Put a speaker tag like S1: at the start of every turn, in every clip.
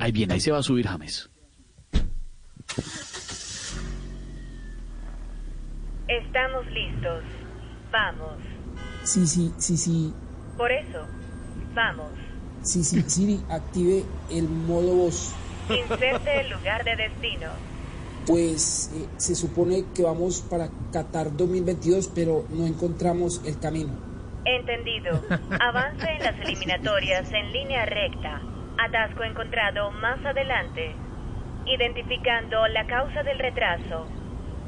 S1: Ahí viene, ahí se va a subir James.
S2: Estamos listos. Vamos.
S3: Sí, sí, sí, sí.
S2: Por eso, vamos.
S3: Sí, sí, Siri, active el modo voz.
S2: Inserte el lugar de destino.
S3: Pues eh, se supone que vamos para Qatar 2022, pero no encontramos el camino.
S2: Entendido. Avance en las eliminatorias en línea recta. Atasco encontrado más adelante. Identificando la causa del retraso.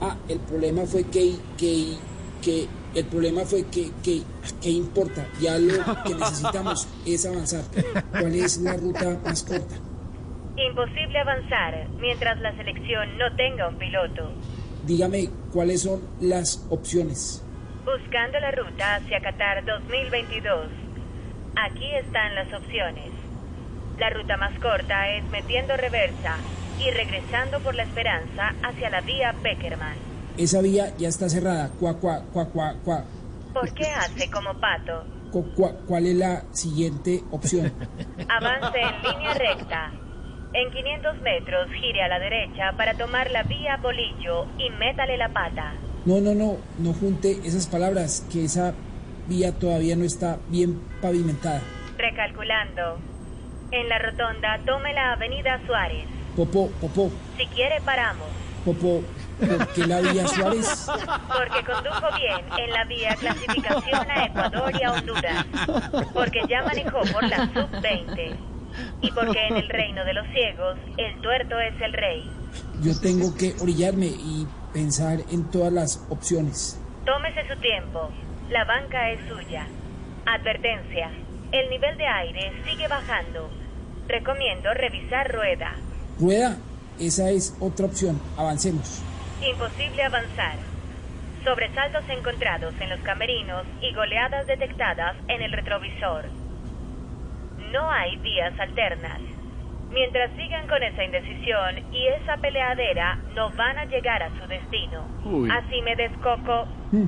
S3: Ah, el problema fue que, que, que el problema fue que, que, que importa, ya lo que necesitamos es avanzar. ¿Cuál es la ruta más corta?
S2: Imposible avanzar mientras la selección no tenga un piloto.
S3: Dígame, ¿cuáles son las opciones?
S2: Buscando la ruta hacia Qatar 2022. Aquí están las opciones. La ruta más corta es metiendo reversa y regresando por la esperanza hacia la vía Beckerman.
S3: Esa vía ya está cerrada. Cuá, cuá, cuá, cuá, cuá.
S2: ¿Por qué hace como pato?
S3: Cu- cua- ¿Cuál es la siguiente opción?
S2: Avance en línea recta. En 500 metros gire a la derecha para tomar la vía Bolillo y métale la pata.
S3: No, no, no, no junte esas palabras, que esa vía todavía no está bien pavimentada.
S2: Recalculando. En la rotonda tome la avenida Suárez.
S3: Popó, popó,
S2: Si quiere paramos,
S3: popó, ¿por qué la vía Suárez?
S2: porque condujo bien en la vía clasificación a Ecuador y a Honduras, porque ya manejó por la sub-20 y porque en el reino de los ciegos el tuerto es el rey.
S3: Yo tengo que orillarme y pensar en todas las opciones.
S2: Tómese su tiempo, la banca es suya. Advertencia, el nivel de aire sigue bajando. Recomiendo revisar rueda.
S3: Rueda, esa es otra opción, avancemos.
S2: Imposible avanzar. Sobresaltos encontrados en los camerinos y goleadas detectadas en el retrovisor. No hay vías alternas. Mientras sigan con esa indecisión y esa peleadera, no van a llegar a su destino.
S1: Uy.
S2: Así me descoco,
S3: Mm,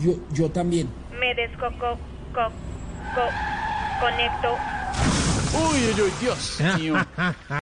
S3: Yo, yo también.
S2: me descoco, co, co- conecto.
S1: Uy, uy, uy, Dios mío.